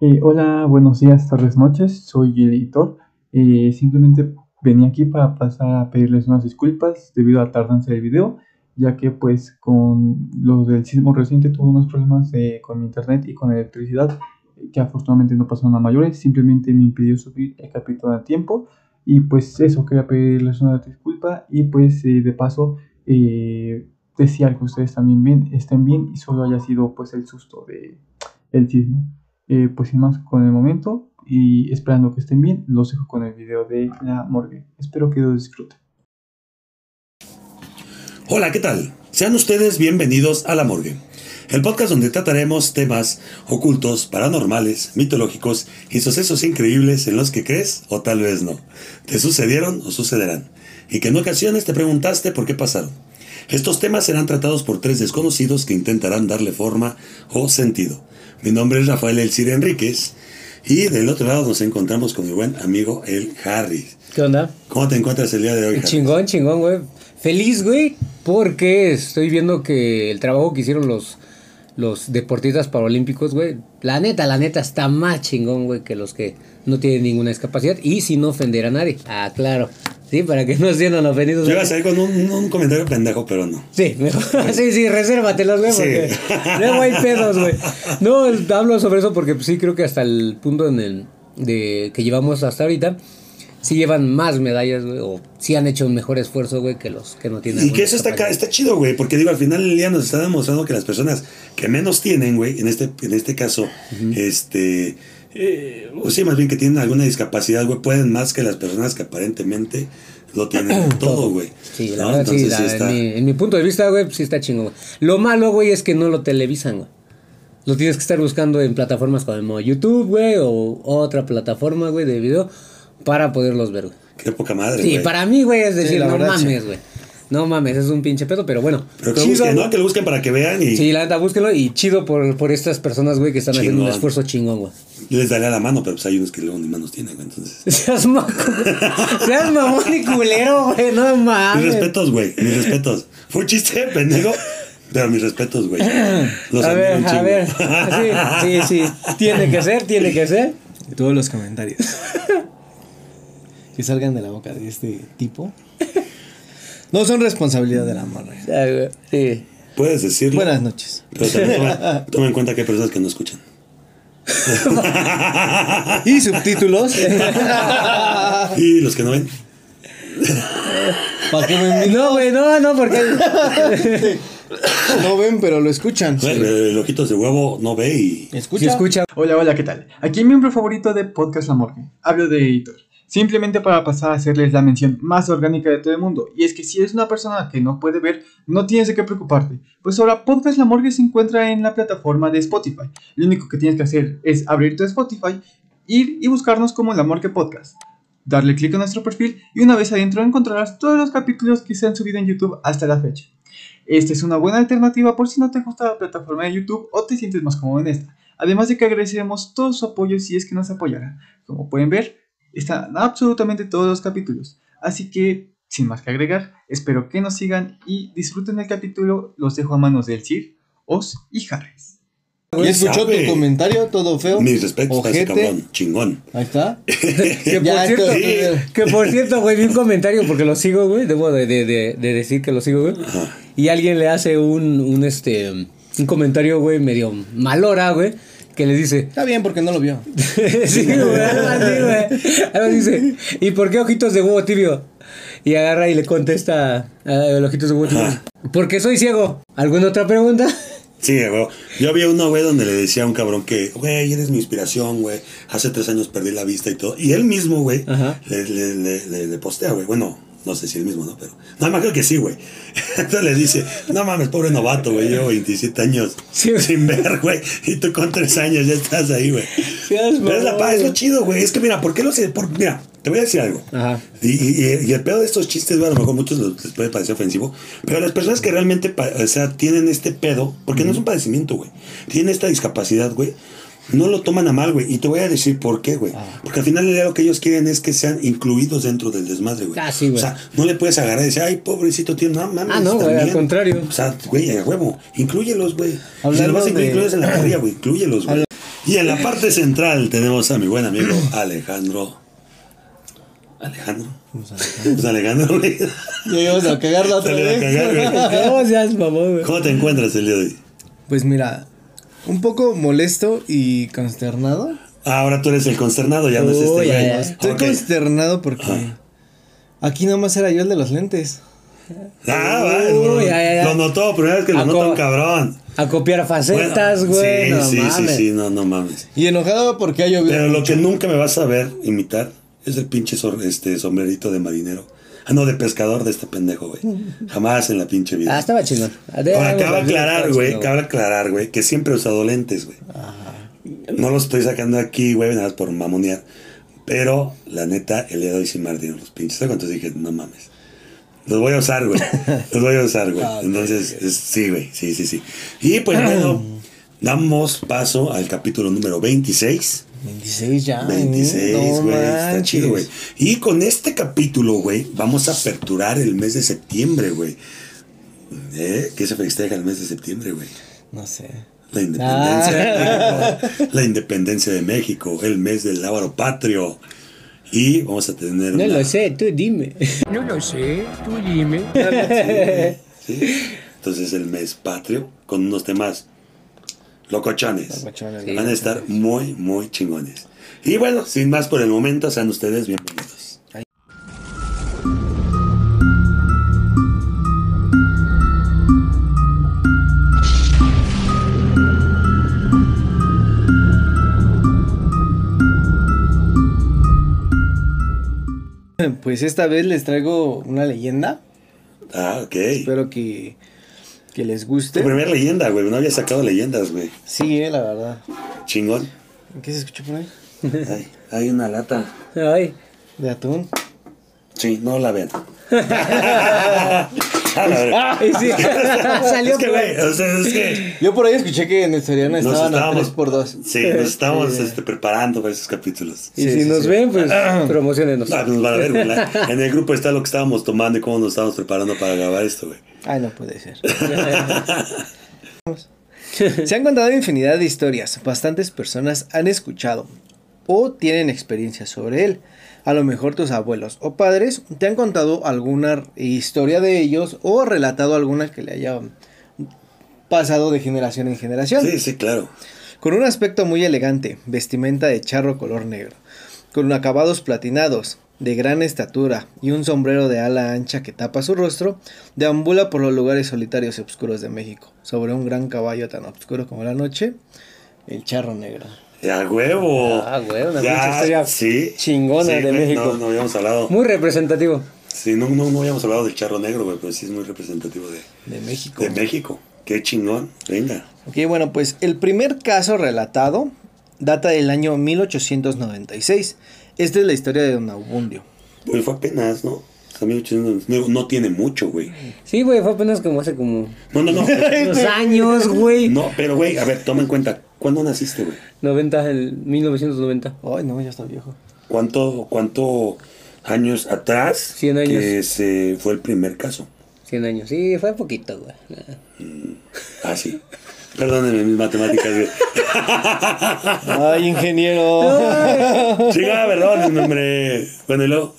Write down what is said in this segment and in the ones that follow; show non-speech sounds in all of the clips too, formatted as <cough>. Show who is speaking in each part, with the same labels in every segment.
Speaker 1: Eh, hola, buenos días, tardes, noches. Soy el editor. Eh, simplemente venía aquí para pasar a pedirles unas disculpas debido a la tardanza del video, ya que pues con lo del sismo reciente tuve unos problemas eh, con mi internet y con electricidad eh, que afortunadamente no pasaron a mayores, simplemente me impidió subir el capítulo a tiempo y pues eso, quería pedirles una disculpa y pues de paso desear que ustedes también bien, estén bien y solo haya sido pues el susto de el sismo. Eh, pues sin más con el momento y esperando que estén bien, los dejo con el video de la morgue. Espero que lo disfruten.
Speaker 2: Hola, ¿qué tal? Sean ustedes bienvenidos a La Morgue, el podcast donde trataremos temas ocultos, paranormales, mitológicos y sucesos increíbles en los que crees o tal vez no, te sucedieron o sucederán, y que en ocasiones te preguntaste por qué pasaron. Estos temas serán tratados por tres desconocidos que intentarán darle forma o sentido. Mi nombre es Rafael Elcir Enríquez y del otro lado nos encontramos con mi buen amigo el Harris.
Speaker 3: ¿Qué onda?
Speaker 2: ¿Cómo te encuentras el día de hoy? Harris?
Speaker 3: Chingón, chingón, güey. Feliz, güey, porque estoy viendo que el trabajo que hicieron los, los deportistas paralímpicos, güey, la neta, la neta está más chingón, güey, que los que no tienen ninguna discapacidad y sin ofender a nadie. Ah, claro. Sí, para que no sientan ofendidos.
Speaker 2: Yo iba a salir con un, un comentario pendejo, pero no.
Speaker 3: Sí, mejor. <laughs> sí, sí, resérvatelos, güey, porque luego hay pedos, güey. No, hablo sobre eso porque pues, sí creo que hasta el punto en el de que llevamos hasta ahorita, sí llevan más medallas, güey, o sí han hecho un mejor esfuerzo, güey, que los que no tienen.
Speaker 2: Y que eso está, acá, está chido, güey, porque digo, al final del día nos está demostrando que las personas que menos tienen, güey, en este, en este caso, este... Eh, o sí, más bien que tienen alguna discapacidad, güey, pueden más que las personas que aparentemente lo
Speaker 3: <clears throat>
Speaker 2: tienen todo, güey.
Speaker 3: Sí, la verdad, sí, la- en, mi, en mi punto de vista, güey, pues, sí está chingón. güey. Lo malo, güey, es que no lo televisan, güey. Lo tienes que estar buscando en plataformas como YouTube, güey, o otra plataforma, güey, de video para poderlos ver, güey.
Speaker 2: Qué poca madre,
Speaker 3: Sí,
Speaker 2: güey.
Speaker 3: para mí, güey, es decir,
Speaker 4: la
Speaker 3: no
Speaker 4: verdad,
Speaker 3: mames, güey. No mames, es un pinche pedo, pero bueno.
Speaker 2: Pero que lo
Speaker 3: chido,
Speaker 2: busquen,
Speaker 3: güey.
Speaker 2: ¿no? Que lo busquen para que vean y
Speaker 3: Sí, la neta, búsquenlo y chido por, por estas personas, güey, que están haciendo un
Speaker 2: Chingón.
Speaker 3: esfuerzo chingón, güey. <laughs>
Speaker 2: les daría la mano, pero pues hay unos que luego ni manos tienen, güey, entonces.
Speaker 3: Seas, ma- <laughs> seas mamón y culero, güey, no
Speaker 2: Mis
Speaker 3: mames.
Speaker 2: respetos, güey, mis respetos. <laughs> Fue un chiste, pendejo, pero mis respetos,
Speaker 3: <clears throat>
Speaker 2: güey. Los
Speaker 3: a
Speaker 2: admiro
Speaker 3: ver,
Speaker 2: un
Speaker 3: a
Speaker 2: chingo.
Speaker 3: ver. Sí, sí, sí. Tiene que ser, tiene que ser.
Speaker 4: Todos los comentarios <laughs> que salgan de la boca de este tipo no son responsabilidad de la morra.
Speaker 3: Ya, güey, Sí.
Speaker 2: <laughs> Puedes decirlo,
Speaker 4: Buenas noches.
Speaker 2: pero también
Speaker 3: <laughs>
Speaker 2: toma, toma en cuenta que hay personas que no escuchan.
Speaker 3: <laughs>
Speaker 4: Y subtítulos.
Speaker 2: Y los que no ven,
Speaker 4: Para que me
Speaker 3: No, güey, no, no, porque.
Speaker 4: <laughs> No ven, pero lo escuchan.
Speaker 2: güey, el ojito de huevo no ve y...
Speaker 3: Si
Speaker 4: Escucha.
Speaker 3: escucha.
Speaker 1: Hola, hola, ¿qué tal? Aquí el miembro favorito de Podcast La Morgue. Hablo de editor. Simplemente para pasar a hacerles la mención más orgánica de todo el mundo. Y es que si eres una persona que no puede ver, no tienes de qué preocuparte. Pues ahora Podcast La Morgue se encuentra en la plataforma de Spotify. Lo único que tienes que hacer es abrir tu Spotify, ir y buscarnos como La Morgue Podcast. Darle clic a nuestro perfil y una vez adentro encontrarás todos los capítulos que se han subido en YouTube hasta la fecha. Esta es una buena alternativa por si no te gusta la plataforma de YouTube o te sientes más cómodo en esta. Además de que agradeceremos todo su apoyo si es que nos apoyará. Como pueden ver, están absolutamente todos los capítulos. Así que, sin más que agregar, espero que nos sigan y disfruten el capítulo. Los dejo a manos del Sir, Oz y Harris.
Speaker 4: Ya escuchó
Speaker 2: sabe.
Speaker 4: tu comentario, todo feo.
Speaker 2: Mis respetos para ese
Speaker 4: Ojete.
Speaker 2: cabrón, chingón. <laughs>
Speaker 4: Ahí está.
Speaker 3: Que por,
Speaker 4: Ya,
Speaker 3: cierto,
Speaker 2: eh,
Speaker 4: esto- Sí.
Speaker 3: que por cierto, güey, vi un comentario porque lo sigo, güey. Debo de, de- de- de decir que lo sigo, güey. Y alguien le hace un, un, este, un comentario, güey, medio malora, güey. Que le dice, <laughs>
Speaker 4: Está bien porque no lo vio.
Speaker 3: sí, güey, algo así, güey. Algo dice, ¿y por qué ojitos de huevo tibio? Y agarra y le contesta a el ojitos de huevo tibio.
Speaker 2: Ajá.
Speaker 3: Porque soy ciego. ¿Alguna
Speaker 2: <laughs>
Speaker 3: otra pregunta?
Speaker 2: Sí, güey. Yo había uno, güey, donde le decía a un cabrón que, güey, eres mi inspiración, güey. Hace tres años perdí la vista y todo. Y él mismo, güey,
Speaker 3: Ajá.
Speaker 2: le, le, le, le- le postea, güey. Bueno, no sé si él mismo, ¿no? Pero. No, más creo que sí, güey. <laughs> Entonces le dice, no mames, pobre novato, güey. Llevo 27 años
Speaker 3: Sí, güey.
Speaker 2: sin ver, güey. Y tú con tres años ya estás ahí, güey.
Speaker 3: Seas
Speaker 2: Pero es la
Speaker 3: mamón,
Speaker 2: paz, es lo
Speaker 3: güey.
Speaker 2: chido, güey. Es que mira, ¿por qué lo sé? Por, mira, te voy a decir algo.
Speaker 3: Ajá.
Speaker 2: <laughs> Y, y- y el peor de estos chistes, güey, a lo mejor muchos los- les puede parecer ofensivo, pero las personas que realmente, pa- o sea, tienen este pedo, porque no es un padecimiento, güey, tienen esta discapacidad, güey, no lo toman a mal, güey, y te voy a decir por qué, güey,
Speaker 3: Ah.
Speaker 2: porque al final del día lo que ellos quieren es que sean incluidos dentro del desmadre, güey.
Speaker 3: Ah, sí, güey.
Speaker 2: O sea, no le puedes agarrar y decir, ay, pobrecito, tío, no mames.
Speaker 3: Ah, no, güey,
Speaker 2: también".
Speaker 3: al contrario.
Speaker 2: O sea, güey, a huevo, incluyelos, güey. Y Si
Speaker 4: Hablando
Speaker 2: los vas a incluir,
Speaker 4: de-
Speaker 2: inclúyelos en la carrera, güey, incluyelos, güey. Y en la parte central tenemos a mi buen amigo Alejandro. Alejandro. Pues Alejandro, güey.
Speaker 4: Ya íbamos a
Speaker 2: <laughs>
Speaker 4: cagarla otra
Speaker 2: Te la iba a cagar,
Speaker 4: vez. <laughs>
Speaker 2: güey.
Speaker 3: No seas mamón, güey.
Speaker 2: ¿Cómo te encuentras el día de hoy?
Speaker 4: Pues mira, un poco molesto y consternado.
Speaker 2: Ah, Ahora tú eres el consternado, ya no es este
Speaker 3: Uy,
Speaker 2: güey.
Speaker 3: ya, ya.
Speaker 4: Estoy
Speaker 2: Ok.
Speaker 4: consternado porque aquí nomás era yo el de los lentes.
Speaker 2: Ah, va,
Speaker 3: Uy, ya, ya, ya.
Speaker 2: Lo notó, primera vez que lo
Speaker 3: Ah,
Speaker 2: nota un
Speaker 3: ¿cómo?
Speaker 2: cabrón.
Speaker 3: A copiar
Speaker 2: Bueno,
Speaker 3: facetas, güey.
Speaker 2: sí,
Speaker 3: no
Speaker 2: sí,
Speaker 3: mames.
Speaker 2: sí, sí, no, no mames.
Speaker 4: Y enojado porque ha llovido.
Speaker 2: Pero lo que nunca me vas a ver imitar es el pinche sor- este, sombrerito de marinero. Ah, no, de pescador de este pendejo, güey. Jamás en la pinche vida.
Speaker 3: Ah, estaba chingón. De-
Speaker 2: Ahora, cabe
Speaker 3: estaba
Speaker 2: aclarar, güey,
Speaker 3: chingón.
Speaker 2: cabe aclarar, güey, que siempre he usado lentes, güey. No los estoy sacando aquí, güey, nada más por mamonear. Pero, la neta, el día de hoy sin Martín los pinches tacos, entonces dije, no mames. Los voy a usar, <laughs> güey. Los voy a usar, güey. Entonces, es- sí, güey, sí, sí, sí. Y pues <clears throat> bueno, damos paso al capítulo número 26.
Speaker 4: 26 ya. ¿eh?
Speaker 2: 26,
Speaker 4: No
Speaker 2: güey. está
Speaker 4: manches.
Speaker 2: chido, güey. Y con este capítulo, güey, vamos a aperturar el mes de septiembre, güey. ¿Eh? ¿Qué se festeja el mes de septiembre, güey?
Speaker 4: No sé.
Speaker 2: La
Speaker 4: Ah.
Speaker 2: independencia. de México. La independencia de México, el mes del lábaro patrio. Y vamos a tener.
Speaker 3: No
Speaker 2: una-
Speaker 3: lo sé, tú dime. <laughs>
Speaker 5: No lo sé, tú dime.
Speaker 2: ¿sí? Entonces, el mes patrio, con unos temas locochones.
Speaker 4: Locochones,
Speaker 2: Van a estar muy, muy chingones. Y bueno, sin más por el momento, sean ustedes bienvenidos.
Speaker 4: Pues esta vez les traigo una leyenda.
Speaker 2: Ah, ok.
Speaker 4: Espero que, que les
Speaker 2: Tu
Speaker 4: guste.
Speaker 2: primera leyenda, güey. No había sacado leyendas, güey.
Speaker 4: Sí, eh, la verdad.
Speaker 3: <laughs>
Speaker 2: Chingón.
Speaker 4: ¿Qué se escuchó por ahí?
Speaker 2: Ay, hay una lata.
Speaker 3: Ay,
Speaker 4: De atún.
Speaker 2: Sí, no la
Speaker 3: <laughs>
Speaker 2: vean. Ah, la verga.
Speaker 3: ay,
Speaker 2: <laughs>
Speaker 3: sí. <laughs> Salió
Speaker 2: Ah. es que, güey, o sea, es que
Speaker 4: Yo por ahí escuché que en Estoriana
Speaker 2: nos
Speaker 4: estaban a
Speaker 2: estábamos,
Speaker 4: 3x2.
Speaker 2: Sí, nos estábamos este, preparando para esos capítulos.
Speaker 3: Y si nos ven, pues promocionenos.
Speaker 2: Ah, nos van a ver, güey. la-
Speaker 3: <laughs>
Speaker 2: En el grupo está lo que estábamos tomando y cómo nos estábamos preparando para grabar esto, güey.
Speaker 4: Ay, no puede
Speaker 2: <laughs>
Speaker 4: ser. Se han contado infinidad de historias, bastantes personas han escuchado o tienen experiencias sobre él. A lo mejor tus abuelos o padres te han contado alguna historia de ellos o relatado alguna que le haya pasado de generación en generación.
Speaker 2: Sí, sí, claro.
Speaker 4: Con un aspecto muy elegante, vestimenta de charro color negro, con acabados platinados, de gran estatura y un sombrero de ala ancha que tapa su rostro, deambula por los lugares solitarios y oscuros de México, sobre un gran caballo tan oscuro como la noche, el charro negro.
Speaker 2: Ya, huevo.
Speaker 3: Ah, güey, una pinche historia
Speaker 2: sí,
Speaker 3: chingona de
Speaker 2: güey,
Speaker 3: México.
Speaker 2: No, no habíamos hablado.
Speaker 3: Muy representativo.
Speaker 2: Sí, no, no, no habíamos hablado del charro negro, güey, pero sí es muy representativo de,
Speaker 4: De México.
Speaker 2: de México. Qué chingón. Venga.
Speaker 4: Ok, bueno, pues el primer caso relatado data del año 1896. Esta es la historia de Don Abundio.
Speaker 2: Pues fue apenas, ¿no? O sea, 1800, no, no tiene mucho, güey.
Speaker 3: Sí, güey, fue apenas como hace como
Speaker 2: No,
Speaker 3: <laughs>
Speaker 2: no, no.
Speaker 3: unos años, güey.
Speaker 2: No, pero güey, a ver, toma en cuenta. ¿Cuándo naciste, güey?
Speaker 3: 90, el 1990.
Speaker 4: Ay, no, ya está viejo.
Speaker 2: ¿Cuánto, cuánto años atrás?
Speaker 3: Cien años.
Speaker 2: Que se fue el primer caso.
Speaker 3: 100 años. Sí, fue poquito, güey.
Speaker 2: Ah, sí. Perdónenme mis matemáticas,
Speaker 3: <laughs>
Speaker 2: güey.
Speaker 4: Ay, ingeniero.
Speaker 2: Chica, perdón, ah, hombre. Bueno, y luego. <laughs>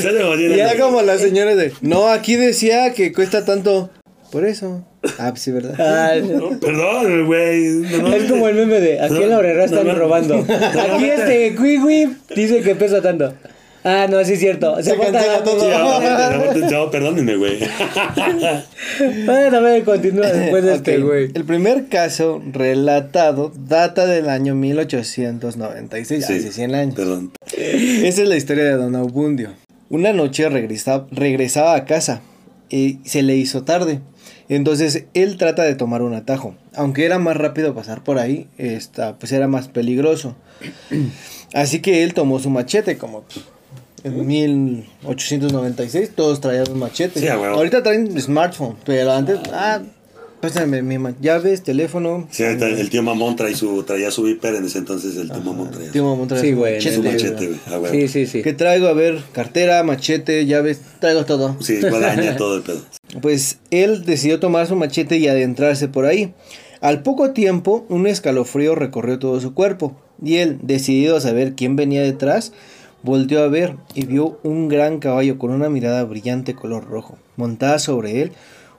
Speaker 2: Sale como tiene-
Speaker 4: Y era como las señoras de, no, aquí decía que cuesta tanto. Por eso. Ah, pues sí, ¿verdad?
Speaker 3: Ah,
Speaker 2: No, Perdón, güey. No,
Speaker 3: es como el meme de aquí en la horrera están
Speaker 2: No, no.
Speaker 3: robando.
Speaker 2: No,
Speaker 3: Aquí
Speaker 2: no.
Speaker 3: este Kiwi dice que pesa tanto. Ah, no, sí es cierto. Se,
Speaker 4: Se
Speaker 3: falta
Speaker 4: cancela
Speaker 3: la-
Speaker 4: todo.
Speaker 2: Sí, aparte, aparte, chao, perdónenme, güey.
Speaker 3: Bueno, a ver, continúa después de este,
Speaker 4: <laughs> Ok.
Speaker 3: güey.
Speaker 4: El primer caso relatado data del año 1896, hace 100 años.
Speaker 2: Perdón.
Speaker 4: Esa es la historia de Don Aubundio. Una noche regresa- regresaba a casa y se le hizo tarde. Entonces él trata de tomar un atajo. Aunque era más rápido pasar por ahí, esta, pues era más peligroso. <clears throat> Así que él tomó su machete, como pues, en 1896 todos traían un machete.
Speaker 2: Sí, a huevo.
Speaker 4: Ahorita traen smartphone, pero antes, ah, pásame mi ma- llaves, teléfono.
Speaker 2: Sí, ahorita el tío Mamón trae su, traía su viper en ese entonces el tío Mamón traía
Speaker 4: Tío, mamón, trae
Speaker 3: Sí,
Speaker 4: su
Speaker 3: güey,
Speaker 2: su
Speaker 4: machete.
Speaker 2: machete, güey. Ah, güey.
Speaker 3: Sí, sí, sí.
Speaker 4: ¿Qué traigo? A ver, cartera, machete, llaves, traigo todo.
Speaker 2: Sí, guadaña todo el pedo.
Speaker 4: Pues él decidió tomar su machete y adentrarse por ahí. Al poco tiempo, un escalofrío recorrió todo su cuerpo, y él, decidido a saber quién venía detrás, volteó a ver y vio un gran caballo con una mirada brillante color rojo, montada sobre él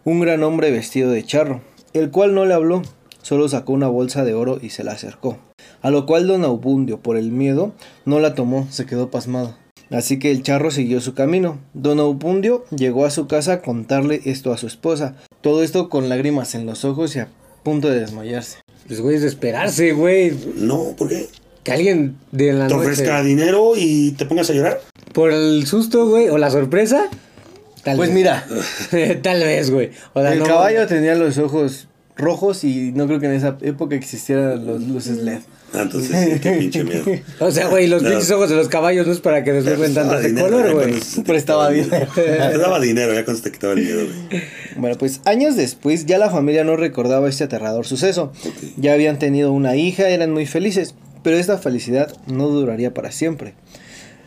Speaker 4: un gran hombre vestido de charro, el cual no le habló, solo sacó una bolsa de oro y se la acercó, a lo cual don Aubundio, por el miedo, no la tomó, se quedó pasmado. Así que el charro siguió su camino. Don Aubundio llegó a su casa a contarle esto a su esposa, todo esto con lágrimas en los ojos y a punto de desmayarse.
Speaker 3: Pues, güey, es de esperarse, güey.
Speaker 2: No, ¿por qué?
Speaker 3: Que alguien de la
Speaker 2: ¿Te ofrezca
Speaker 3: noche.
Speaker 2: dinero y te pongas a llorar?
Speaker 3: Por el susto, güey, o la sorpresa. Tal
Speaker 4: Pues
Speaker 3: vez.
Speaker 4: mira,
Speaker 3: <laughs> tal vez, güey. O sea,
Speaker 4: el
Speaker 3: no-
Speaker 4: caballo tenía los ojos rojos y no creo que en esa época existieran los luces LED.
Speaker 2: Ah, Entonces, sí, qué pinche miedo.
Speaker 3: <laughs> O sea, güey, los
Speaker 2: No.
Speaker 3: pinches ojos de los caballos no es para que desnuben tanto de
Speaker 2: dinero,
Speaker 3: color,
Speaker 2: ya
Speaker 3: güey.
Speaker 2: cuando se te
Speaker 3: <laughs>
Speaker 4: Prestaba
Speaker 2: quitaba el
Speaker 4: dinero.
Speaker 2: miedo. Te daba dinero, ya cuando se te quitaba el miedo, güey.
Speaker 4: Bueno, pues años después ya la familia no recordaba este aterrador suceso.
Speaker 2: Ok.
Speaker 4: Ya habían tenido una hija, eran muy felices, pero esta felicidad no duraría para siempre.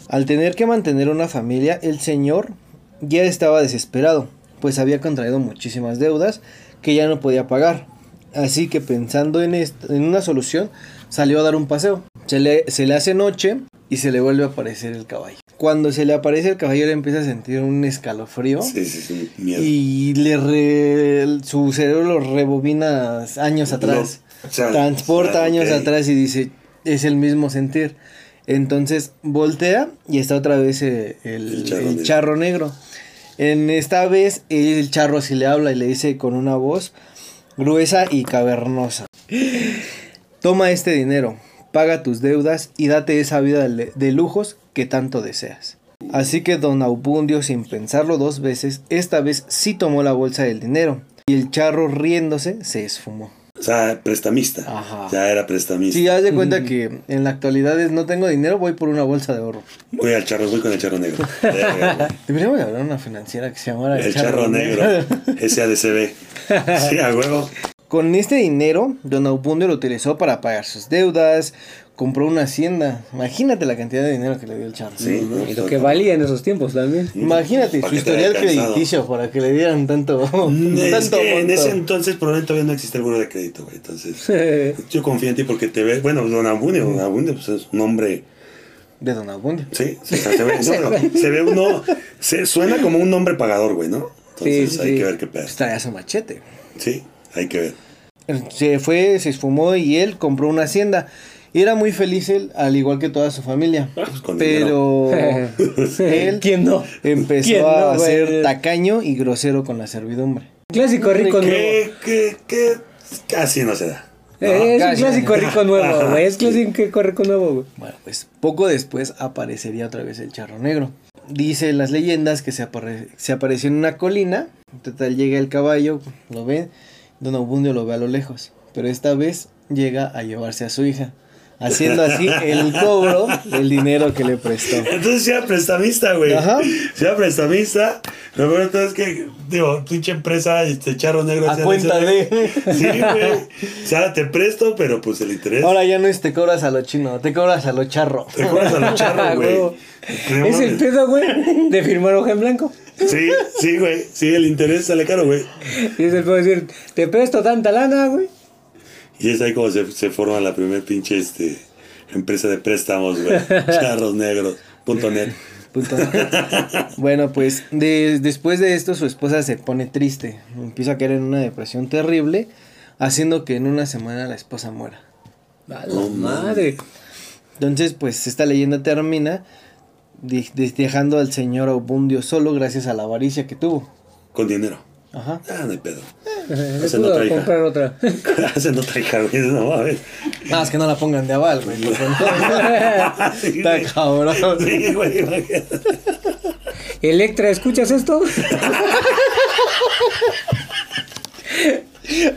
Speaker 4: Al tener que mantener una familia, el señor ya estaba desesperado, pues había contraído muchísimas deudas que ya no podía pagar. Así que pensando en, est- en una solución, salió a dar un paseo. Se le, se le hace noche y se le vuelve a aparecer el caballo. Cuando se le aparece el caballo, le empieza a sentir un escalofrío.
Speaker 2: Sí, sí, sí, miedo.
Speaker 4: Y le re- su cerebro lo rebobina años atrás.
Speaker 2: Lo- o sea,
Speaker 4: transporta
Speaker 2: ah,
Speaker 4: años
Speaker 2: ok.
Speaker 4: atrás y dice, es el mismo sentir. Entonces voltea y está otra vez eh, el,
Speaker 2: El charro
Speaker 4: el
Speaker 2: negro.
Speaker 4: charro negro. En esta vez el charro sí le habla y le dice con una voz gruesa y cavernosa. Toma este dinero, paga tus deudas y date esa vida de, de lujos que tanto deseas. Así que don Aubundio, sin pensarlo dos veces, esta vez sí tomó la bolsa del dinero. Y el charro riéndose se esfumó.
Speaker 2: O sea, prestamista.
Speaker 4: Ajá.
Speaker 2: Ya era prestamista.
Speaker 4: Si haz de cuenta que en la actualidad es no tengo dinero, voy por una bolsa de oro.
Speaker 2: Voy al charro, voy con el charro negro. Verga, güey.
Speaker 4: Deberíamos de hablar de una financiera que se llamara
Speaker 2: El charro negro. SADCB. eh. Sí, a huevo.
Speaker 4: <laughs> Con este dinero, Don Aubundio lo utilizó para pagar sus deudas, compró una hacienda. Imagínate la cantidad de dinero que le dio el charro.
Speaker 2: Sí, ¿no?
Speaker 3: Y lo que valía en esos tiempos también. <laughs>
Speaker 4: Imagínate
Speaker 2: Para
Speaker 4: su
Speaker 2: que te haya
Speaker 4: historial
Speaker 2: alcanzado.
Speaker 4: crediticio para que le dieran tanto. <laughs>
Speaker 2: Es
Speaker 4: tanto
Speaker 2: que en
Speaker 4: monto.
Speaker 2: ese entonces probablemente todavía no existe el buro de crédito, güey. Entonces, yo confío en ti porque te ves. Bueno, Don Abunde, Don Abunde, pues es un hombre.
Speaker 4: De Don Aubundio.
Speaker 2: Sí, sí, o sea, se ve, no, no, se ve uno. Se suena como un hombre pagador, güey, ¿no? Entonces,
Speaker 3: Sí,
Speaker 2: hay
Speaker 3: sí.
Speaker 2: que ver qué pedo.
Speaker 4: Pues traía su machete.
Speaker 2: Sí, hay que ver.
Speaker 4: Se fue, se esfumó y él compró una hacienda. Y era muy feliz él, al igual que toda su familia.
Speaker 2: Ah, pues con
Speaker 4: Pero <laughs> él
Speaker 3: ¿Quién no? ¿Quién
Speaker 4: empezó
Speaker 3: no,
Speaker 4: a
Speaker 3: güey?
Speaker 4: ser tacaño y grosero con la servidumbre.
Speaker 3: Clásico rico nuevo.
Speaker 2: ¿Qué, qué, qué? Casi no se da.
Speaker 3: Eh, es un
Speaker 4: Casi.
Speaker 3: clásico rico nuevo, güey. Es clásico rico nuevo, güey.
Speaker 4: Bueno, pues poco después aparecería otra vez el charro negro. Dice las leyendas que se, apare- se apareció en una colina. Total, llega el caballo, lo ve. Don Aubundio lo ve a lo lejos. Pero esta vez llega a llevarse a su hija. Haciendo así <laughs> el cobro del dinero que le prestó.
Speaker 2: Entonces ya era prestamista, güey.
Speaker 4: Ajá.
Speaker 2: Ya era prestamista. Lo peor de todo es que, digo, pinche empresa, este charro negro.
Speaker 4: A
Speaker 2: hacía
Speaker 4: cuenta
Speaker 2: eso,
Speaker 4: de-
Speaker 2: güey. Sí, güey. O sea, te presto, pero pues el interés.
Speaker 4: Ahora ya no es te cobras a lo chino, te cobras a lo charro.
Speaker 2: Te cobras a los charros,
Speaker 4: <laughs>
Speaker 3: Huevo.
Speaker 2: güey.
Speaker 3: Es el pedo, güey, de firmar hoja en blanco.
Speaker 2: Sí, sí, güey. Sí, el interés sale caro, güey.
Speaker 3: Y es el pedo de decir, te presto tanta lana, güey.
Speaker 2: Y es ahí como se, se forma la primer pinche este, empresa de préstamos,
Speaker 4: <laughs>
Speaker 2: güey. Charros negros. Punto net.
Speaker 4: Puto. bueno, pues de- después de esto su esposa se pone triste, empieza a caer en una depresión terrible, haciendo que en una semana la esposa muera.
Speaker 3: A la madre.
Speaker 4: Entonces, pues esta leyenda termina de- de- dejando al señor Obundio solo gracias a la avaricia que tuvo.
Speaker 2: Con dinero.
Speaker 4: Ajá.
Speaker 2: Ah, no hay pedo. <laughs>
Speaker 3: Eh,
Speaker 2: Hacen
Speaker 3: pudo
Speaker 2: otra hija.
Speaker 3: comprar otra. <laughs>
Speaker 2: Hacen otra hija, güey. No mames.
Speaker 4: Nada, es que no la pongan de aval, güey. porque entonces-
Speaker 2: Sí,
Speaker 4: Está
Speaker 2: güey.
Speaker 4: cabrón.
Speaker 2: <laughs> Sí, güey, imagínate.
Speaker 3: Electra,
Speaker 2: <laughs>
Speaker 3: ¿escuchas esto?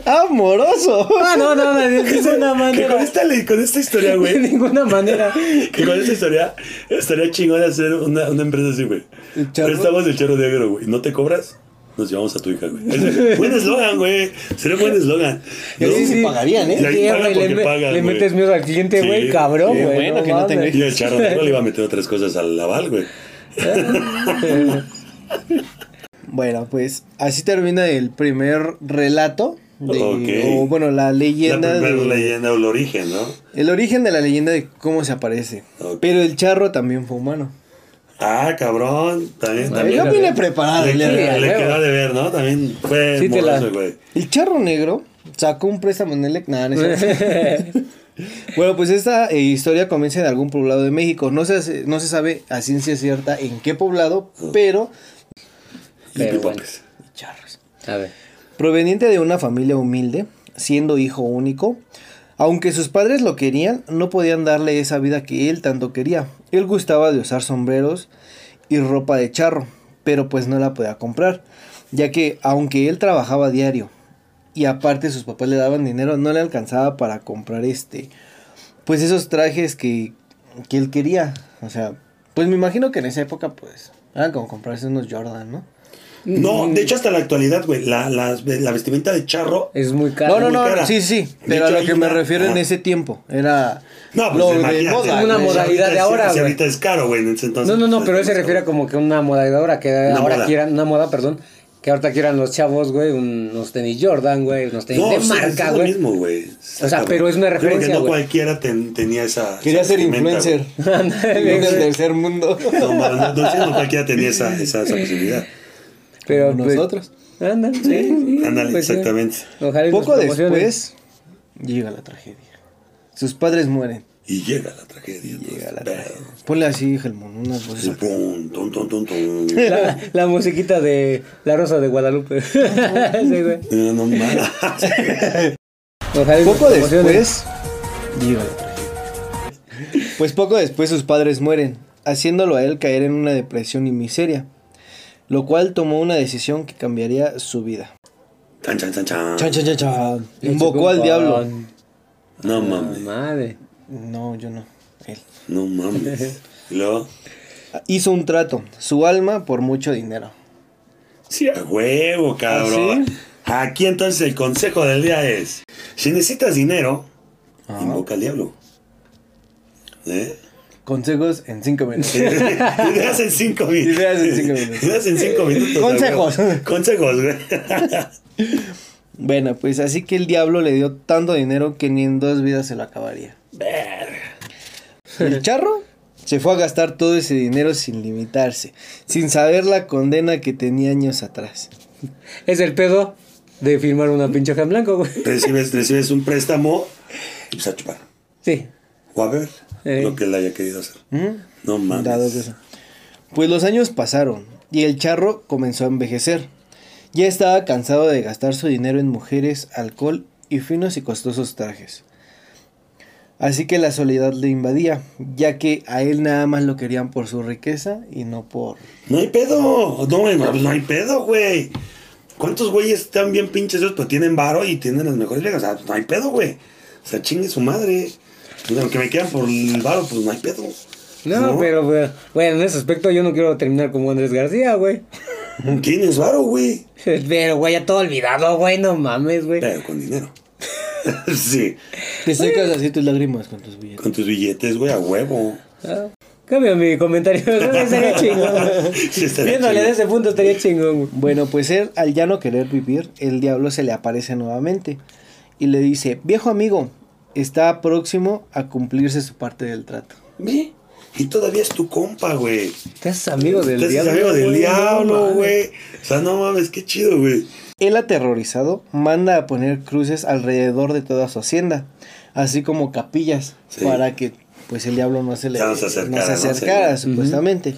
Speaker 4: Amoroso.
Speaker 3: Ah, no, no, no, de ninguna
Speaker 2: Que con
Speaker 3: manera.
Speaker 2: esta, le- con esta historia,
Speaker 3: De
Speaker 2: güey.
Speaker 3: ninguna manera.
Speaker 2: Que con esta historia estaría chingón hacer una, una empresa así, güey.
Speaker 4: El charro.
Speaker 2: Prestamos el charro negro, güey. ¿No te cobras? Nos llevamos a tu hija, güey. Ese- Buen eslogan, güey. Sería buen eslogan.
Speaker 4: Y así sí pagarían, ¿eh?
Speaker 2: Y ahí
Speaker 3: Sí,
Speaker 2: pagan
Speaker 3: güey, le
Speaker 2: porque
Speaker 3: me-
Speaker 2: pagan,
Speaker 3: le
Speaker 2: güey.
Speaker 3: metes miedo al cliente,
Speaker 2: Sí,
Speaker 3: güey, cabrón,
Speaker 2: sí.
Speaker 3: güey.
Speaker 4: bueno que no
Speaker 3: mames.
Speaker 4: tengo
Speaker 3: <laughs>
Speaker 2: Y el charro negro le iba a meter otras cosas al aval, güey.
Speaker 4: Bueno, pues así termina el primer relato de-
Speaker 2: Ok.
Speaker 4: O bueno, la leyenda.
Speaker 2: la primera
Speaker 4: de-
Speaker 2: leyenda o el origen, ¿no?
Speaker 4: El origen de la leyenda de cómo se aparece.
Speaker 2: Ok.
Speaker 4: Pero el charro también fue humano.
Speaker 2: Ah, cabrón, también,
Speaker 4: Ay,
Speaker 2: también.
Speaker 4: Yo
Speaker 3: mira,
Speaker 4: vine
Speaker 3: güey.
Speaker 4: preparado.
Speaker 2: le,
Speaker 4: le-
Speaker 2: queda- le
Speaker 3: huevo.
Speaker 2: quedó de ver, ¿no? También fue
Speaker 3: Sí, te la-
Speaker 2: moroso, güey.
Speaker 4: El charro negro sacó un préstamo en el... Nah, no es cierto.
Speaker 2: <laughs>
Speaker 4: Bueno, pues esta eh, historia comienza en algún poblado de México. No se, hace- no se sabe a ciencia cierta en qué poblado, pero...
Speaker 3: Pero
Speaker 2: Limpio
Speaker 3: bueno,
Speaker 2: popes.
Speaker 4: Charros.
Speaker 3: a ver.
Speaker 4: Proveniente de una familia humilde, siendo hijo único, aunque sus padres lo querían, no podían darle esa vida que él tanto quería. Él gustaba de usar sombreros y ropa de charro, pero pues no la podía comprar, ya que aunque él trabajaba diario y aparte sus papás le daban dinero, no le alcanzaba para comprar este, pues esos trajes que, que él quería. O sea, pues me imagino que en esa época pues eran como comprarse unos Jordan, ¿no?
Speaker 2: No,
Speaker 3: Mm.
Speaker 2: de hecho hasta la actualidad, güey, la, la- la vestimenta de charro
Speaker 3: Es muy caro.
Speaker 4: No, no,
Speaker 2: muy
Speaker 4: no,
Speaker 2: cara.
Speaker 4: sí, sí,
Speaker 2: De
Speaker 4: pero
Speaker 2: hecho,
Speaker 4: a
Speaker 2: hay
Speaker 4: lo que me
Speaker 2: una-
Speaker 4: refiero en
Speaker 2: Ajá.
Speaker 4: ese tiempo era
Speaker 2: No, pues
Speaker 4: lo de
Speaker 2: imagínate,
Speaker 4: moda.
Speaker 3: Una
Speaker 4: ¿no?
Speaker 2: güey, si
Speaker 3: modalidad de
Speaker 2: ahorita-
Speaker 3: ahora,
Speaker 2: Si
Speaker 3: güey.
Speaker 2: ahorita es caro, güey, en ese entonces.
Speaker 3: No, no, no,
Speaker 2: pues,
Speaker 3: pero él se
Speaker 2: más
Speaker 3: refiere
Speaker 2: caro.
Speaker 3: como que una moda de ahora, que
Speaker 2: Una
Speaker 3: ahora
Speaker 2: moda.
Speaker 3: quieran, una moda, perdón, que ahorita quieran los chavos, güey, unos tenis Jordan, güey, unos tenis
Speaker 2: No,
Speaker 3: de
Speaker 2: sí,
Speaker 3: marca,
Speaker 2: es lo
Speaker 3: güey.
Speaker 2: mismo, güey. Está
Speaker 3: O sea,
Speaker 2: cabrón.
Speaker 3: pero es una
Speaker 2: Yo creo
Speaker 3: referencia,
Speaker 2: que no
Speaker 3: güey.
Speaker 2: cualquiera ten- tenía esa.
Speaker 4: Quería
Speaker 2: esa
Speaker 4: ser
Speaker 2: vestimenta,
Speaker 4: influencer.
Speaker 2: güey.
Speaker 3: <laughs> Ándale,
Speaker 4: Niños
Speaker 3: güey.
Speaker 4: <laughs> del tercer
Speaker 2: <laughs>
Speaker 4: mundo.
Speaker 2: No, no, no, no, sí, no cualquiera tenía esa, esa, esa posibilidad.
Speaker 3: pero
Speaker 4: Como
Speaker 3: pues,
Speaker 4: nosotros.
Speaker 3: Ándale, sí, sí,
Speaker 2: Ándale,
Speaker 3: <laughs> pues, sí.
Speaker 2: exactamente.
Speaker 3: Ojalá y nos
Speaker 4: Poco
Speaker 3: promocionen.
Speaker 4: después llega la tragedia. Sus padres mueren.
Speaker 2: Y llega la tragedia. entonces,
Speaker 4: Llega la
Speaker 2: pero-
Speaker 4: tragedia. Ponle así, Helmón, unas voces.
Speaker 2: Sí, pues. pum, tun, tun, tun, tun. Eh,
Speaker 3: La, la musiquita de La Rosa de Guadalupe. <laughs> Sí, güey.
Speaker 2: No, no
Speaker 3: <laughs>
Speaker 2: mames.
Speaker 3: Ojalá y nos
Speaker 4: Poco
Speaker 3: promocionen.
Speaker 4: después llega la tragedia. Pues poco después sus padres mueren, haciéndolo a él caer en una depresión y miseria, lo cual tomó una decisión que cambiaría su vida.
Speaker 2: Ah. Chan, chan, chan, chan.
Speaker 4: Chan, chan, chan, chan.
Speaker 3: Le
Speaker 4: Invocó
Speaker 3: chocó
Speaker 4: al
Speaker 3: con-
Speaker 4: diablo.
Speaker 2: No
Speaker 3: Ah,
Speaker 2: mames.
Speaker 3: Madre.
Speaker 4: No, yo no. Él.
Speaker 2: No mames.
Speaker 3: <laughs>
Speaker 2: Y luego,
Speaker 4: Hizo un trato, su alma por mucho dinero.
Speaker 2: sí, a huevo,
Speaker 4: ¿Ah,
Speaker 2: cabrón. Aquí entonces el consejo del día es: si necesitas dinero, invoca al diablo. ¿Eh? <laughs>
Speaker 4: Consejos en cinco minutos. <laughs>
Speaker 2: Ideas en cinco minutos.
Speaker 4: Ideas en cinco
Speaker 2: <laughs>
Speaker 4: minutos. Eh,
Speaker 2: Ideas en cinco minutos.
Speaker 4: Consejos.
Speaker 2: a huevo. Consejos,
Speaker 4: <laughs>
Speaker 2: güey.
Speaker 4: bueno, pues así que el diablo le dio tanto dinero que ni en dos vidas se lo acabaría.
Speaker 2: Verga.
Speaker 4: El charro se fue a gastar todo ese dinero sin limitarse, sin saber la condena que tenía años atrás.
Speaker 3: Es el pedo de firmar una pinche hoja en blanco, güey.
Speaker 2: recibes, recibes un préstamo y pues a chupar.
Speaker 3: Sí.
Speaker 2: O a ver
Speaker 3: Ey.
Speaker 2: lo que él haya querido hacer.
Speaker 4: ¿Mm?
Speaker 2: No mames.
Speaker 4: Dado que eso. Pues los años pasaron y el charro comenzó a envejecer. Ya estaba cansado de gastar su dinero en mujeres, alcohol y finos y costosos trajes. Así que la soledad le invadía, ya que a él nada más lo querían por su riqueza y no por...
Speaker 2: No hay pedo. No, güey, no, pues no hay pedo, güey. ¿Cuántos güeyes están bien pinches esos, pero tienen varo y tienen las mejores ligas? O sea, pues no hay pedo, güey. O sea, chingue su madre. Pues, aunque me quedan por el varo, pues no hay pedo.
Speaker 3: No, pero, pero, bueno, en ese aspecto yo no quiero terminar como Andrés García, güey. <laughs>
Speaker 2: Tienes varo, güey.
Speaker 3: Pero, güey, ya todo olvidado, güey, no mames, güey.
Speaker 2: Pero con dinero. <laughs> sí.
Speaker 4: Te secas así tus lágrimas con tus billetes.
Speaker 2: Con tus billetes, güey, a huevo.
Speaker 3: Ah, Cambia mi comentario, <laughs> güey, estaría chingón.
Speaker 2: Sí, estaría
Speaker 3: Viéndole
Speaker 2: chido.
Speaker 3: de ese punto estaría chingón, güey.
Speaker 4: Bueno, pues él, al ya no querer vivir, el diablo se le aparece nuevamente y le dice, viejo amigo, está próximo a cumplirse su parte del trato.
Speaker 2: Ve, Y todavía es tu compa, güey.
Speaker 3: Te haces amigo del
Speaker 2: Te haces
Speaker 3: diablo.
Speaker 2: amigo del
Speaker 3: güey, no
Speaker 2: diablo,
Speaker 3: mames.
Speaker 2: güey. O sea, no mames, qué chido, güey.
Speaker 4: Él aterrorizado manda a poner cruces alrededor de toda su hacienda, así como capillas,
Speaker 2: Sí.
Speaker 4: para que pues el diablo no se le
Speaker 2: Ya no se acercara, ¿no?
Speaker 4: acercara,
Speaker 2: Sí.
Speaker 4: supuestamente.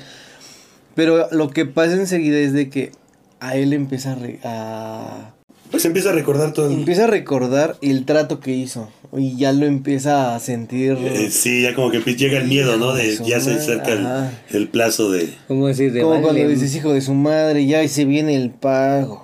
Speaker 4: Pero lo que pasa enseguida es de que a él empieza a, re- a-
Speaker 2: Pues empieza a recordar todo el...
Speaker 4: empieza a recordar el trato que hizo y ya lo empieza a sentir
Speaker 2: Eh, sí, ya como que empieza- llega el miedo, ¿no? De,
Speaker 4: Eso,
Speaker 2: ya se
Speaker 4: ¿no?
Speaker 2: acerca el,
Speaker 4: Ajá.
Speaker 2: el plazo de...
Speaker 3: ¿Cómo decir? De
Speaker 4: como
Speaker 3: vale,
Speaker 4: cuando dices hijo de su madre, ya y se viene el pago.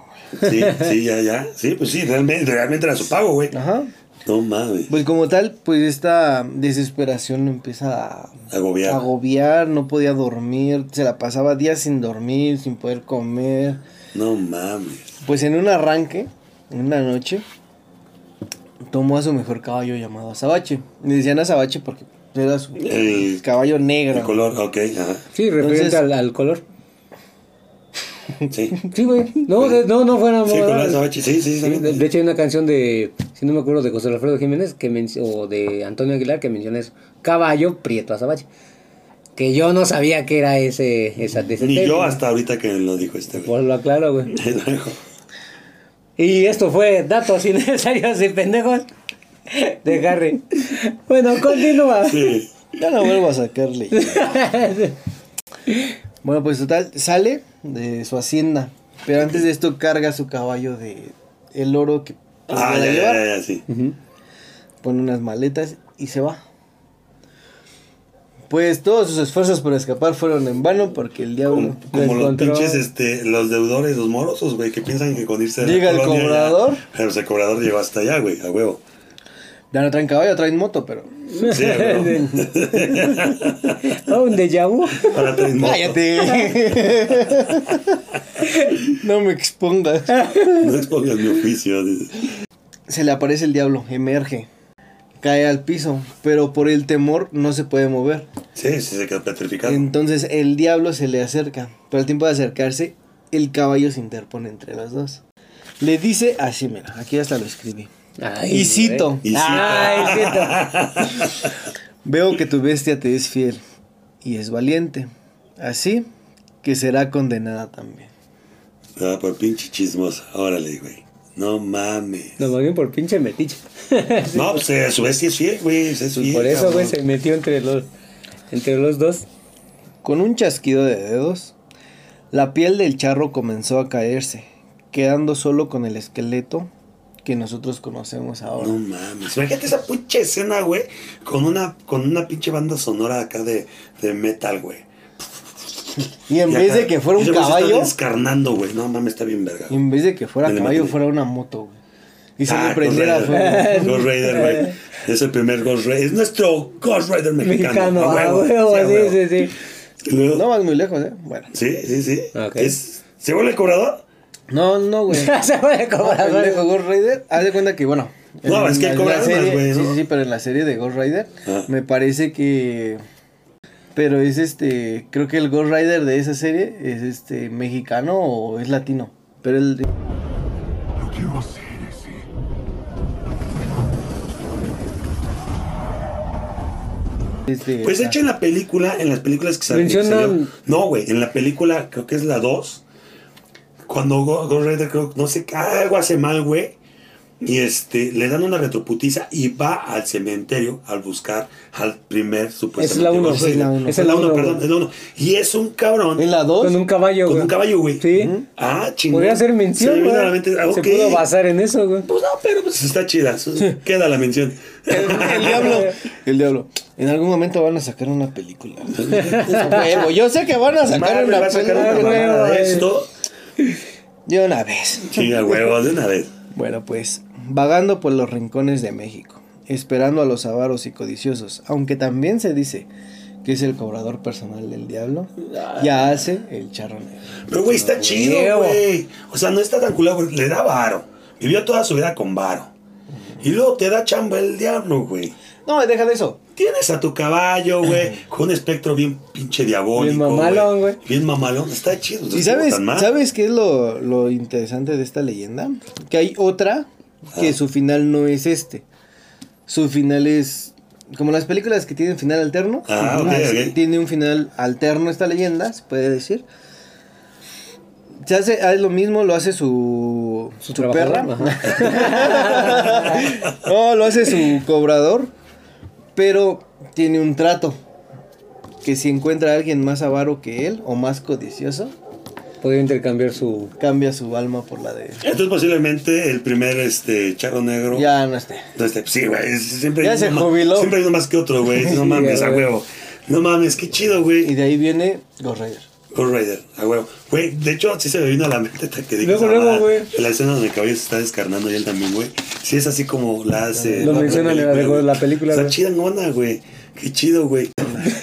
Speaker 2: Sí, sí, ya, ya. Sí, pues sí, realmente, realmente era su pago, güey.
Speaker 4: Ajá.
Speaker 2: No mames.
Speaker 4: Pues como tal, pues esta desesperación lo empieza a
Speaker 2: Agobiado.
Speaker 4: agobiar, no podía dormir, se la pasaba días sin dormir, sin poder comer.
Speaker 2: No mames.
Speaker 4: Pues en un arranque, en una noche, tomó a su mejor caballo llamado Azabache. Le decían Azabache porque era su
Speaker 2: El-
Speaker 4: caballo negro.
Speaker 2: El color, ok, ajá.
Speaker 3: Sí, referente
Speaker 4: Entonces-
Speaker 3: al, al color.
Speaker 2: Sí.
Speaker 3: Sí, güey. No, de- no, no fue nada
Speaker 2: Sí,
Speaker 3: más.
Speaker 2: con Lance Abache, sí, sí, sí,
Speaker 3: Sí, de,
Speaker 2: también.
Speaker 3: de hecho hay una canción de, si no me acuerdo, de José Alfredo Jiménez que men- o de Antonio Aguilar que menciona eso, Caballo Prieto Azabache. Que yo no sabía que era ese, esa de ese
Speaker 2: Ni
Speaker 3: tema.
Speaker 2: yo hasta ahorita que lo dijo este güey.
Speaker 3: Pues lo aclaro, güey.
Speaker 2: <laughs> Lo dijo.
Speaker 3: Y esto fue datos innecesarios y pendejos de Harry. Bueno, continúa.
Speaker 2: Sí.
Speaker 4: Ya no vuelvo a sacarle. bueno, pues total, sale de su hacienda. Pero antes de esto carga su caballo de el oro que pues,
Speaker 2: Ah,
Speaker 4: van a
Speaker 2: ya, ya,
Speaker 4: llevar.
Speaker 2: ya, ya, sí.
Speaker 4: Pone unas maletas y se va. Pues todos sus esfuerzos por escapar fueron en vano porque el diablo
Speaker 2: Como, como los
Speaker 3: Descontrol.
Speaker 2: pinches, este, los deudores, los morosos, güey, que piensan que con irse de la
Speaker 4: Llega el
Speaker 2: colonia ya-
Speaker 4: cobrador.
Speaker 2: Pero el cobrador llegó hasta allá, güey, a huevo.
Speaker 4: ya no traen caballo, traen moto, pero
Speaker 3: <laughs>
Speaker 2: Sí, a huevo.
Speaker 3: Oh, un déjà vu.
Speaker 2: Ahora traen moto. <laughs>
Speaker 4: cállate. no me expongas.
Speaker 2: No expongas mi oficio. dice.
Speaker 4: Se le aparece el diablo, emerge, cae al piso, pero por el temor no se puede mover.
Speaker 2: Sí, sí, se quedó petrificado.
Speaker 4: Entonces el diablo se le acerca, pero al tiempo de acercarse, el caballo se interpone entre los dos. Le dice así, mira, aquí hasta lo escribí.
Speaker 3: Ay,
Speaker 4: Y cito.
Speaker 3: güey. Ay,
Speaker 2: <laughs>
Speaker 3: cito.
Speaker 4: Veo que tu bestia te es fiel y es valiente, así que será condenada también.
Speaker 2: Ah, por pinche chismosa. Órale, güey. No mames.
Speaker 3: Nos más bien por pinche metiche.
Speaker 2: No, pues eh, a su vez sí es fiel, güey. sí es
Speaker 4: Pues,
Speaker 2: fiel,
Speaker 3: Por eso,
Speaker 2: cabrón.
Speaker 3: güey, se metió entre los, entre los dos.
Speaker 4: Con un chasquido de dedos, la piel del charro comenzó a caerse, quedando solo con el esqueleto que nosotros conocemos
Speaker 2: No
Speaker 4: ahora.
Speaker 2: mames. Imagínate esa pinche escena, güey. Con una, con una pinche banda sonora acá de, de metal, güey.
Speaker 4: Y en
Speaker 2: Y
Speaker 4: vez
Speaker 2: acá,
Speaker 4: de que fuera un
Speaker 2: ese güey se
Speaker 4: caballo,
Speaker 2: Está descarnando, güey. No mames, está bien verga.
Speaker 4: en vez de que fuera
Speaker 2: Me le
Speaker 4: caballo,
Speaker 2: maté.
Speaker 4: fuera una moto, güey. Y se
Speaker 2: Ah,
Speaker 4: le prendiera
Speaker 2: Ghost
Speaker 4: fuego.
Speaker 2: Rider. Ghost Rider, güey. Es el primer Ghost Rider. Es nuestro Ghost Rider mexicano.
Speaker 3: Mexicano,
Speaker 2: a
Speaker 3: a
Speaker 4: Ah,
Speaker 2: huevo,
Speaker 3: huevo,
Speaker 2: sí, a huevo.
Speaker 3: sí, sí, sí. <laughs>
Speaker 2: Y luego-
Speaker 4: No vas muy lejos, ¿eh? Bueno.
Speaker 2: Sí, sí, sí.
Speaker 3: Ok.
Speaker 2: Es- ¿Se vuelve el cobrador?
Speaker 4: No, no, güey.
Speaker 3: Se puede
Speaker 4: No,
Speaker 3: cobrar, güey.
Speaker 4: pendejo, Ghost Rider, haz de cuenta que, bueno.
Speaker 2: No, es que
Speaker 4: en
Speaker 2: cobran
Speaker 4: serie-
Speaker 2: más, güey,
Speaker 4: Sí,
Speaker 2: ¿no?
Speaker 4: sí, sí, pero en la serie de Ghost Rider,
Speaker 2: Ah.
Speaker 4: me parece que. Pero es este. Creo que el Ghost Rider de esa serie es este mexicano o es latino. Pero el.
Speaker 6: Lo quiero hacer ese.
Speaker 4: Este,
Speaker 2: Pues de hecho en la película, en las películas que sal- que salió.
Speaker 3: Mencionan-
Speaker 2: No, güey, en la película, creo que es la 2. Cuando Go- Ghost Rider, creo, no sé, algo hace mal, güey. Y este, le dan una retroputiza y va al cementerio al buscar al primer supuestamente.
Speaker 3: la uno,
Speaker 2: Ghost
Speaker 3: es la
Speaker 2: Rider.
Speaker 3: uno.
Speaker 2: Es la 1, perdón, es la 1. Y es un cabrón.
Speaker 4: En la 2.
Speaker 3: Con un caballo,
Speaker 2: Con
Speaker 3: güey.
Speaker 2: un caballo, güey.
Speaker 3: Sí.
Speaker 2: Ah, chingón.
Speaker 3: Podría ser mención,
Speaker 2: Se me
Speaker 3: güey.
Speaker 2: vino a la mente, ah,
Speaker 3: Se
Speaker 2: ok.
Speaker 3: pudo basar en
Speaker 2: <laughs>
Speaker 3: eso, güey.
Speaker 2: Pues no, pero pues está chida. su- Queda la mención.
Speaker 4: El diablo.
Speaker 2: <laughs>
Speaker 4: El diablo. En algún momento van a sacar una película. <laughs> Huevo, Yo sé que van a sacar
Speaker 2: Madre,
Speaker 4: una
Speaker 2: va a sacar una
Speaker 4: película.
Speaker 2: mamada de
Speaker 3: güey.
Speaker 2: esto.
Speaker 4: De una vez.
Speaker 2: <laughs> Chinga huevo, de una vez.
Speaker 4: Bueno, pues, vagando por los rincones de México, esperando a los avaros y codiciosos, aunque también se dice que es el cobrador personal del diablo,
Speaker 2: Ah.
Speaker 4: ya hace el charro negro.
Speaker 2: Pero, güey, está chido, güey. O sea, no está tan culado, güey. Le da varo. Vivió toda su vida con varo. Y luego te da chamba el diablo, güey.
Speaker 4: No, deja de eso.
Speaker 2: Tienes a tu caballo, güey, con un espectro bien pinche diabólico.
Speaker 3: Bien mamalón, güey.
Speaker 2: Bien mamalón, está chido. pues, no
Speaker 4: ¿Y
Speaker 2: estuvo
Speaker 4: sabes,
Speaker 2: tan mal.
Speaker 4: sabes qué es lo, lo interesante de esta leyenda? Que hay otra que
Speaker 2: Ah.
Speaker 4: su final no es este. Su final es... Como las películas que tienen final alterno,
Speaker 2: Ah, ok,
Speaker 4: así
Speaker 2: ok.
Speaker 4: tiene un final alterno esta leyenda, se puede decir. Se hace, hace lo mismo, lo hace su, su,
Speaker 3: trabajador,
Speaker 4: perra.
Speaker 3: ajá.
Speaker 4: <laughs> no, lo hace su cobrador, pero tiene un trato. Que si encuentra a alguien más avaro que él o más codicioso,
Speaker 3: Podría intercambiar su.
Speaker 4: cambia su alma por la de él.
Speaker 2: Entonces, posiblemente el primer este, charro negro.
Speaker 4: Ya no esté.
Speaker 2: No, este, sí, güey. es- Siempre
Speaker 4: Ya
Speaker 2: hay
Speaker 4: se
Speaker 2: uno ma-
Speaker 4: jubiló.
Speaker 2: Siempre hay uno más que otro, güey. No
Speaker 3: Sí,
Speaker 2: mames, a
Speaker 3: güey.
Speaker 2: huevo. No mames, qué chido,
Speaker 4: Y
Speaker 2: güey.
Speaker 4: de ahí viene Ghost Rider.
Speaker 2: Ghost Rider, a huevo. Güey, de hecho, sí se me vino a la mente hasta que dije.
Speaker 3: Luego,
Speaker 2: esa
Speaker 3: luego,
Speaker 2: mamada.
Speaker 3: güey.
Speaker 2: La escena donde el caballo se está descarnando y él también, güey. Sí, es así como la hace.
Speaker 3: Lo
Speaker 2: la-
Speaker 3: menciona en la-
Speaker 2: película,
Speaker 3: la
Speaker 2: güey.
Speaker 3: película,
Speaker 2: Está
Speaker 3: güey.
Speaker 2: chida, ngona, güey. Qué chido, güey.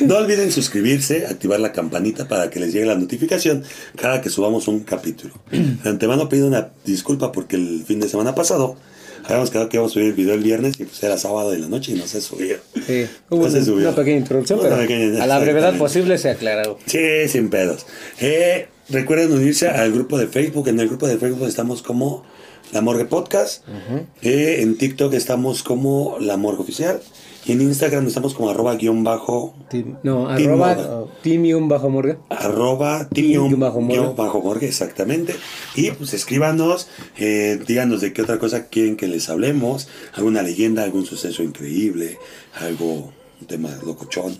Speaker 2: No olviden suscribirse, activar la campanita para que les llegue la notificación cada que subamos un capítulo. De antemano pido una disculpa porque el fin de semana pasado habíamos quedado que íbamos a subir el video el viernes y pues era sábado de la noche y no se subió.
Speaker 3: Sí, hubo
Speaker 2: No se
Speaker 3: una,
Speaker 2: subió.
Speaker 3: una pequeña introducción,
Speaker 2: Una
Speaker 3: pero
Speaker 2: pequeña-
Speaker 3: a la brevedad
Speaker 2: exactamente.
Speaker 3: posible se aclaró.
Speaker 2: Sí, sin pedos. Eh, Recuerden unirse al grupo de Facebook. En el grupo de Facebook estamos como La Morgue Podcast. Eh, en TikTok estamos como La Morgue Oficial. Y en Instagram estamos como arroba guión bajo
Speaker 4: Tim-
Speaker 3: No,
Speaker 2: Tim
Speaker 3: arroba
Speaker 2: Morgan.
Speaker 3: timium bajo morgue.
Speaker 2: arroba timium
Speaker 3: Guión bajo morgue.
Speaker 2: guión bajo morgue, exactamente. Y pues escríbanos, eh, díganos de qué otra cosa quieren que les hablemos. Alguna leyenda, algún suceso increíble, algo, un tema locochón,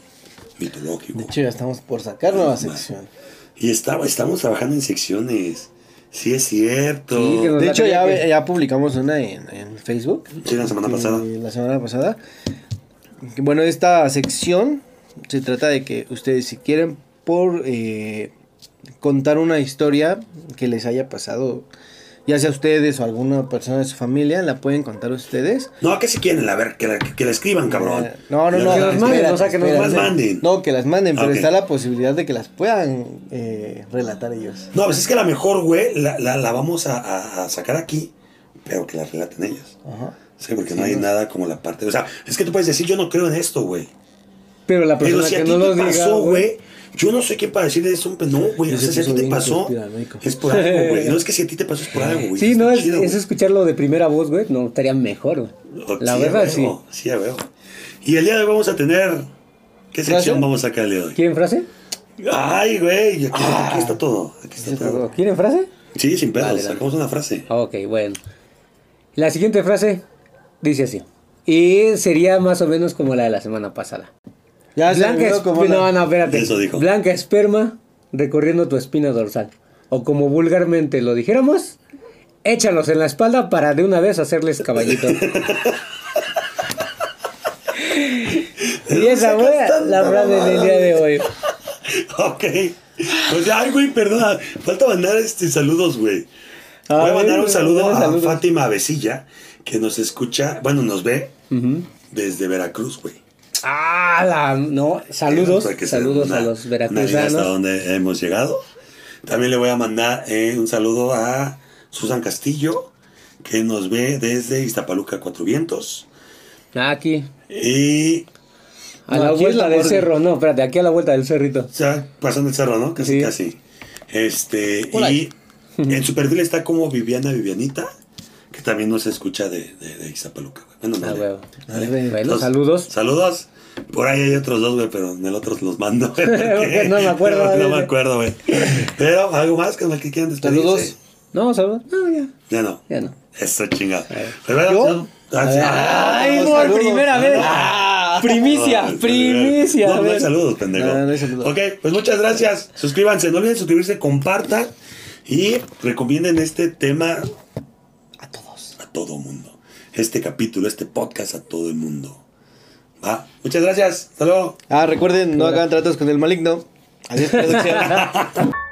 Speaker 2: mitológico.
Speaker 4: De hecho, ya estamos por sacar nueva sección.
Speaker 2: Y está- estamos trabajando en secciones. Sí, es cierto.
Speaker 3: Sí, que nos-
Speaker 4: De hecho,
Speaker 3: la tenía
Speaker 4: ya,
Speaker 3: que-
Speaker 4: ya publicamos una en, en Facebook.
Speaker 2: Sí, la semana
Speaker 4: Y
Speaker 2: pasada.
Speaker 4: La semana pasada. Que, Bueno, esta sección se trata de que ustedes, si quieren, por eh, contar una historia que les haya pasado, ya sea a ustedes o a alguna persona de su familia, la pueden contar ustedes.
Speaker 2: No, que si quieren, a ver, que la, que la escriban, cabrón.
Speaker 4: Eh, No, no,
Speaker 2: Que
Speaker 4: no.
Speaker 2: la-
Speaker 3: las
Speaker 4: espérate,
Speaker 3: manden, o sea, que nos
Speaker 4: espérate.
Speaker 2: las manden.
Speaker 4: No, que las manden, pero
Speaker 2: Ah, ok.
Speaker 4: está la posibilidad de que las puedan eh, relatar ellos.
Speaker 2: No, pues es que a lo mejor, güey, la, la- la vamos a, a- a sacar aquí, pero que la relaten ellas.
Speaker 4: Ajá.
Speaker 2: Sí, porque no hay nada como la parte. O sea, es que tú puedes decir, yo no creo en esto, güey.
Speaker 3: Pero la
Speaker 2: Pero
Speaker 3: persona
Speaker 2: si a
Speaker 3: que
Speaker 2: ti
Speaker 3: no lo
Speaker 2: te
Speaker 3: diga,
Speaker 2: pasó, güey, yo no sé qué para decirle eso, pero no, güey. O sea,
Speaker 4: Ese
Speaker 2: si a
Speaker 4: puso
Speaker 2: ti te
Speaker 4: bien
Speaker 2: pasó,
Speaker 4: conspiranoico.
Speaker 2: es por algo,
Speaker 3: <laughs>
Speaker 2: güey. No es que si a ti te pasó, es por algo, güey.
Speaker 3: Sí, no, es,
Speaker 2: Chido,
Speaker 3: es
Speaker 2: güey.
Speaker 3: escucharlo de primera voz, güey. No, estaría mejor, güey. La
Speaker 2: Sí, a
Speaker 3: verdad, sí.
Speaker 2: huevo, Sí, a huevo. Y el día de hoy vamos a tener. ¿Qué
Speaker 4: ¿Frase?
Speaker 2: sección vamos a sacar el día de hoy?
Speaker 3: ¿Quieren frase?
Speaker 2: Ay, güey, aquí,
Speaker 3: Ah.
Speaker 2: aquí está todo. Aquí está todo.
Speaker 3: ¿Quieren frase?
Speaker 2: Sí, sin pedos,
Speaker 3: Dale, dale.
Speaker 2: sacamos una frase. <laughs>
Speaker 3: Ok, bueno. La siguiente frase dice así. Y sería más o menos como la de la semana pasada.
Speaker 4: Ya se
Speaker 3: Blanca,
Speaker 4: olvidó
Speaker 3: esp-
Speaker 4: Ah, como
Speaker 3: pues, no,
Speaker 4: la-
Speaker 3: no, espérate.
Speaker 2: Eso dijo.
Speaker 3: Blanca esperma recorriendo tu espina dorsal. O como vulgarmente lo dijéramos, échalos en la espalda para de una vez hacerles
Speaker 2: <laughs>
Speaker 3: caballito. y esa
Speaker 2: dónde
Speaker 3: fue
Speaker 2: sacas tanta
Speaker 3: la frase del
Speaker 2: mamada,
Speaker 3: día de hoy.
Speaker 2: Ok. O sea, ay, güey, perdona. Falta mandar este, saludos, güey.
Speaker 3: A
Speaker 2: Voy a
Speaker 3: ver,
Speaker 2: mandar un
Speaker 3: güey,
Speaker 2: saludo
Speaker 3: manda
Speaker 2: a
Speaker 3: saludos.
Speaker 2: Fátima Besilla, que nos escucha, bueno, nos ve desde Veracruz, güey.
Speaker 3: Ah, la, no, saludos,
Speaker 2: Hay que hacer
Speaker 3: saludos
Speaker 2: una-
Speaker 3: a los
Speaker 2: una línea Hasta
Speaker 3: veracruzanos.
Speaker 2: donde hemos llegado. También le voy a mandar eh, un saludo a Susan Castillo, que nos ve desde Iztapaluca Cuatro Vientos.
Speaker 3: Aquí,
Speaker 2: Y
Speaker 3: a
Speaker 4: No,
Speaker 3: la
Speaker 4: aquí es
Speaker 3: vuelta
Speaker 4: la
Speaker 3: del
Speaker 4: morgue.
Speaker 3: cerro, no, espérate, aquí a la vuelta del cerrito.
Speaker 2: Ya pasando el cerro, ¿no? Casi,
Speaker 3: Sí.
Speaker 2: casi. Este,
Speaker 3: Hola.
Speaker 2: y en su perfil está como Viviana Vivianita, que también nos escucha de, de, de Ixtapaluca, güey. Bueno,
Speaker 3: Ah,
Speaker 2: no, de-
Speaker 3: huevo.
Speaker 2: ¿vale?
Speaker 3: Bueno,
Speaker 2: Entonces,
Speaker 3: saludos.
Speaker 2: Saludos. Por ahí hay otros dos, güey, pero en el otro los mando.
Speaker 3: <laughs>
Speaker 2: güey, porque-
Speaker 3: Porque no me acuerdo,
Speaker 2: <laughs>
Speaker 3: eh.
Speaker 2: No,
Speaker 3: güey.
Speaker 2: me acuerdo, güey. Pero algo más con el que quieran despedirse.
Speaker 4: Saludos.
Speaker 3: No, saludos. No, ya,
Speaker 2: Ya no.
Speaker 3: ya no.
Speaker 2: Eso chingado.
Speaker 4: ¿Yo?
Speaker 2: ah,
Speaker 3: Ay,
Speaker 4: no,
Speaker 3: por
Speaker 4: saludos.
Speaker 3: primera vez.
Speaker 4: Ah,
Speaker 3: Primicia, primicia.
Speaker 2: No,
Speaker 3: a
Speaker 2: no hay
Speaker 3: ver.
Speaker 2: saludos, pendejo.
Speaker 4: No, no hay saludos.
Speaker 2: Ok, pues muchas gracias. Suscríbanse, no olviden suscribirse, compartan y recomienden este tema a todos. A todo mundo. Este capítulo, este podcast a todo el mundo. Va. Muchas gracias. Hasta luego.
Speaker 3: <laughs>
Speaker 4: Ah, recuerden, no hagan tratos con el maligno. Adiós, producción.